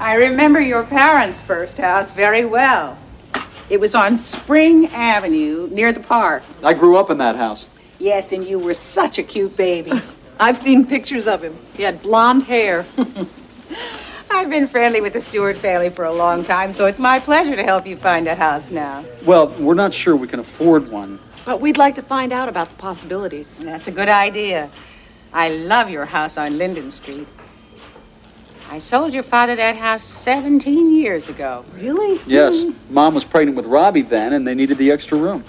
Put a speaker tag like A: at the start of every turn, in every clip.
A: I remember your parents' first house very well. It was on Spring Avenue near the park.
B: I grew up in that house.
A: Yes, and you were such a cute baby.
C: I've seen pictures of him. He had blonde hair.
A: I've been friendly with the Stewart family for a long time, so it's my pleasure to help you find a house now.
B: Well, we're not sure we can afford one.
C: But we'd like to find out about the possibilities.
A: That's a good idea. I love your house on Linden Street. I sold your father that house 17 years ago.
C: Really?
B: Yes, Mom was pregnant with Robbie then, and they needed the extra room.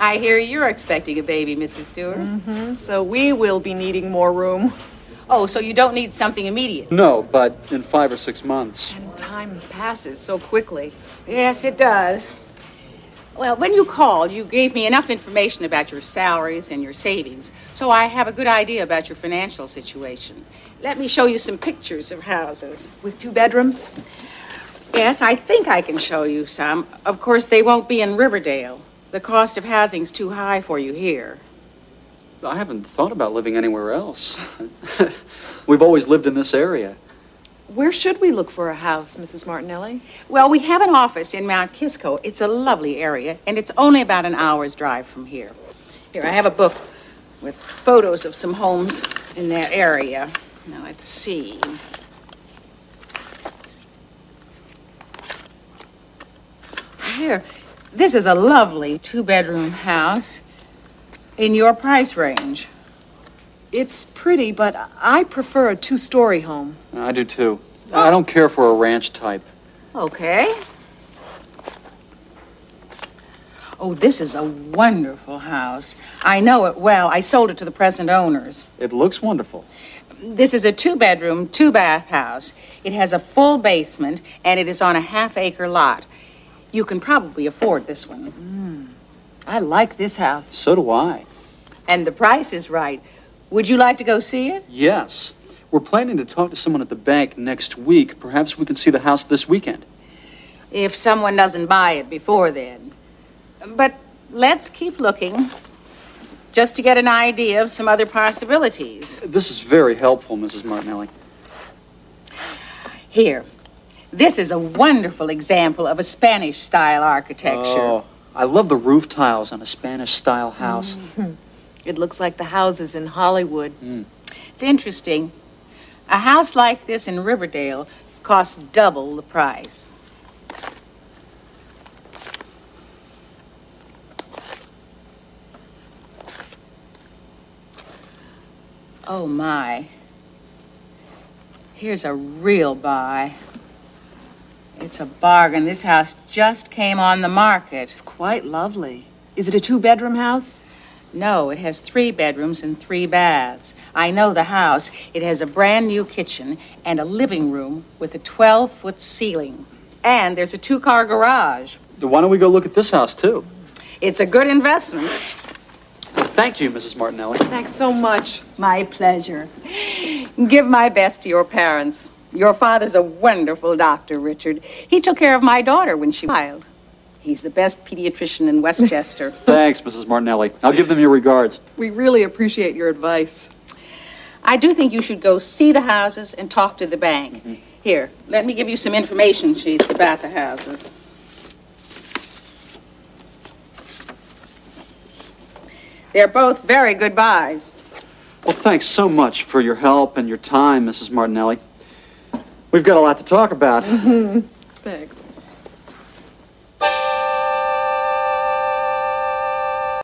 A: I hear you're expecting a baby, Mrs. Stewart.
C: So we will be needing more room.
A: Oh, so you don't need something immediate?
B: No, but in five or six months.
C: And time passes so quickly.
A: Yes, it does. Well, when you called, you gave me enough information about your salaries and your savings, so I have a good idea about your financial situation. Let me show you some pictures of houses.
C: With two bedrooms?
A: Yes, I think I can show you some. Of course, they won't be in Riverdale. The cost of housing's too high for you here.
B: I haven't thought about living anywhere else. We've always lived in this area.
C: Where should we look for a house, Mrs. Martinelli?
A: Well, we have an office in Mount Kisco. It's a lovely area, and it's only about an hour's drive from here. Here, I have a book with photos of some homes in that area. Now, let's see. Here, this is a lovely two-bedroom house in your price range.
C: It's pretty, but I prefer a two story home.
B: I do too. I don't care for a ranch type.
A: Okay. Oh, this is a wonderful house. I know it well. I sold it to the present owners.
B: It looks wonderful.
A: This is a two bedroom, two bath house. It has a full basement and it is on a half acre lot. You can probably afford this one.
C: I like this house.
B: So do I.
A: And the price is right. Would you like to go see it?
B: Yes. We're planning to talk to someone at the bank next week. Perhaps we can see the house this weekend.
A: If someone doesn't buy it before then. But let's keep looking just to get an idea of some other possibilities.
B: This is very helpful, Mrs. Martinelli.
A: Here. This is a wonderful example of a Spanish style architecture.
B: Oh, I love the roof tiles on a Spanish style house.
C: It looks like the houses in Hollywood.
A: It's interesting. A house like this in Riverdale costs double the price. Oh my. Here's a real buy. It's a bargain. This house just came on the market.
D: It's quite lovely. Is it a two bedroom house?
A: No, it has three bedrooms and three baths. I know the house. It has a brand new kitchen and a living room with a 12 foot ceiling. And there's a two car garage.
B: Why don't we go look at this house, too?
A: It's a good investment.
B: Thank you, Mrs. Martinelli.
C: Thanks so much.
A: My pleasure. Give my best to your parents. Your father's a wonderful doctor, Richard. He took care of my daughter when she was wild. He's the best pediatrician in Westchester.
B: Thanks, Mrs. Martinelli. I'll give them your regards.
C: We really appreciate your advice.
A: I do think you should go see the houses and talk to the bank. Here, let me give you some information sheets about the houses. They're both very good buys.
B: Well, thanks so much for your help and your time, Mrs. Martinelli. We've got a lot to talk about.